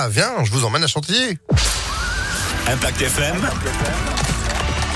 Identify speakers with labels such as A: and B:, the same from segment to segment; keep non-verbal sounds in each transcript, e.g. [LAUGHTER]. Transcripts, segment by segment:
A: Ah viens, je vous emmène à Chantilly.
B: Impact FM,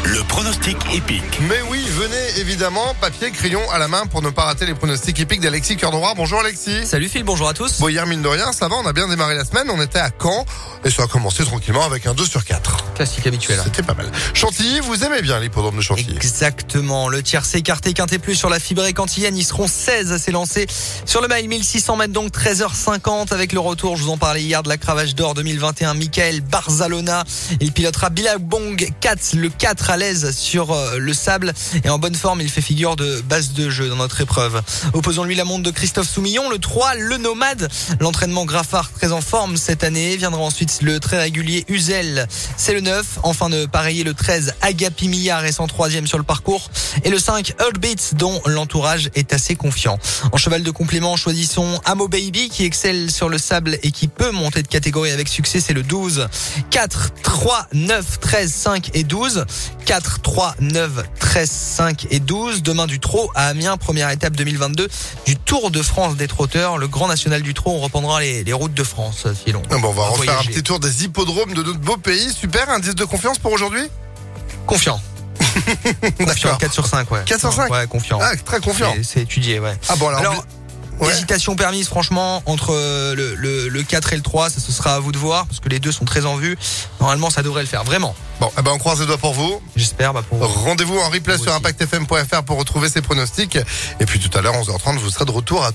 B: le pronostic épique.
A: Mais oui, venez évidemment, papier, crayon à la main pour ne pas rater les pronostics épiques d'Alexis Cœur Noir. Bonjour Alexis.
C: Salut Phil, bonjour à tous.
A: Bon, hier, mine de rien, ça va, on a bien démarré la semaine, on était à Caen et ça a commencé tranquillement avec un 2 sur 4.
C: Classique habituel. hein.
A: C'était pas mal. Chantilly, vous aimez bien l'hippodrome de Chantilly
C: Exactement. Le tiercé écarté, quintet plus sur la fibre et quantillaine. Ils seront 16 à s'élancer sur le mile 1600 mètres, donc 13h50 avec le retour. Je vous en parlais hier de la cravache d'or 2021. Michael Barzalona. Il pilotera Billabong 4, le 4 à l'aise sur euh, le sable et en bonne forme. Il fait figure de base de jeu dans notre épreuve. Opposons-lui la montre de Christophe Soumillon. Le 3, le nomade. L'entraînement Graffard très en forme cette année. Viendra ensuite le très régulier Uzel. C'est le 9. Enfin de pareiller le 13, Agapi Millard et 103e sur le parcours. Et le 5, Beats dont l'entourage est assez confiant. En cheval de complément, choisissons Amo Baby, qui excelle sur le sable et qui peut monter de catégorie avec succès. C'est le 12. 4, 3, 9, 13, 5 et 12. 4, 3, 9, 13, 5 et 12. Demain du trot à Amiens, première étape 2022 du Tour de France des trotteurs. Le grand national du trot, on reprendra les, les routes de France, si l'on
A: Ah bon, on va refaire un
C: voyager.
A: petit tour des hippodromes de notre beau pays. Super, indice de confiance pour aujourd'hui
C: Confiant.
A: [LAUGHS]
C: confiant,
A: D'accord.
C: 4 sur 5, ouais.
A: 4 sur 5?
C: Ouais, confiant.
A: Ah, très confiant.
C: C'est- C'est étudié, ouais.
A: Ah bon, alors...
C: Alors,
A: ouais.
C: hésitation permise, franchement, entre euh, le, le- le 4 et le 3, ça, ce sera à vous de voir, parce que les deux sont très en vue. Normalement, ça devrait le faire, vraiment.
A: Bon, eh ben, on croise les doigts pour vous.
C: J'espère, bah, pour
A: Oh.
C: vous.
A: Rendez-vous en replay
C: Vous
A: sur
C: aussi.
A: impactfm.fr pour retrouver ces pronostics. Et puis tout à l'heure, 11h30, vous serez de retour à